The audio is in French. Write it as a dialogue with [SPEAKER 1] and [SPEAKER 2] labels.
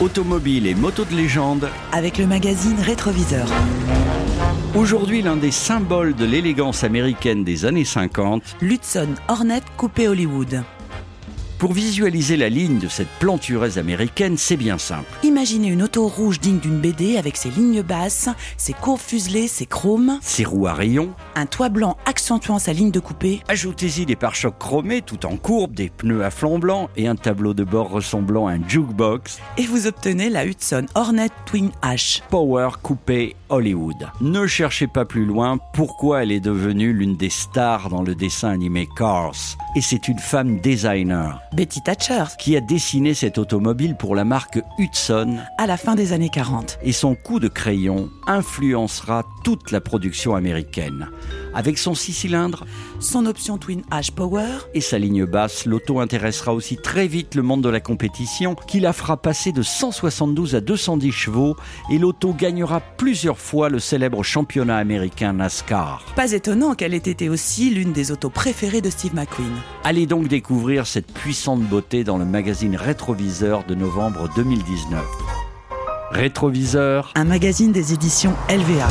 [SPEAKER 1] automobiles et motos de légende,
[SPEAKER 2] avec le magazine Rétroviseur.
[SPEAKER 1] aujourd'hui l'un des symboles de l'élégance américaine des années 50,
[SPEAKER 2] Lutson Hornet coupé Hollywood.
[SPEAKER 1] pour visualiser la ligne de cette plantureuse américaine, c'est bien simple.
[SPEAKER 2] Imaginez une auto rouge digne d'une BD avec ses lignes basses, ses courbes fuselées, ses chromes,
[SPEAKER 1] Ses roues à rayons,
[SPEAKER 2] un toit blanc accentuant sa ligne de coupé.
[SPEAKER 1] ajoutez-y des pare-chocs chromés tout en courbe, des pneus à flanc blanc et un tableau de bord ressemblant à un jukebox,
[SPEAKER 2] et vous obtenez la Hudson Hornet Twin H.
[SPEAKER 1] Power Coupé Hollywood. Ne cherchez pas plus loin pourquoi elle est devenue l'une des stars dans le dessin animé Cars. Et c'est une femme designer
[SPEAKER 2] Betty Thatcher,
[SPEAKER 1] qui a dessiné cette automobile pour la marque Hudson
[SPEAKER 2] à la fin des années 40.
[SPEAKER 1] et son coup de crayon influencera toute la production américaine. Avec son six cylindres
[SPEAKER 2] Son option Twin H Power,
[SPEAKER 1] et sa ligne basse, l'auto intéressera aussi très vite le monde de la compétition qui la fera passer de 172 à 210 chevaux et l'auto gagnera plusieurs fois le célèbre championnat américain NASCAR.
[SPEAKER 2] pas étonnant qu'elle ait été aussi l'une des autos préférées de Steve McQueen.
[SPEAKER 1] Allez donc découvrir cette puissante beauté dans le magazine Rétroviseur de novembre 2019. Rétroviseur
[SPEAKER 2] Un magazine des éditions LVA.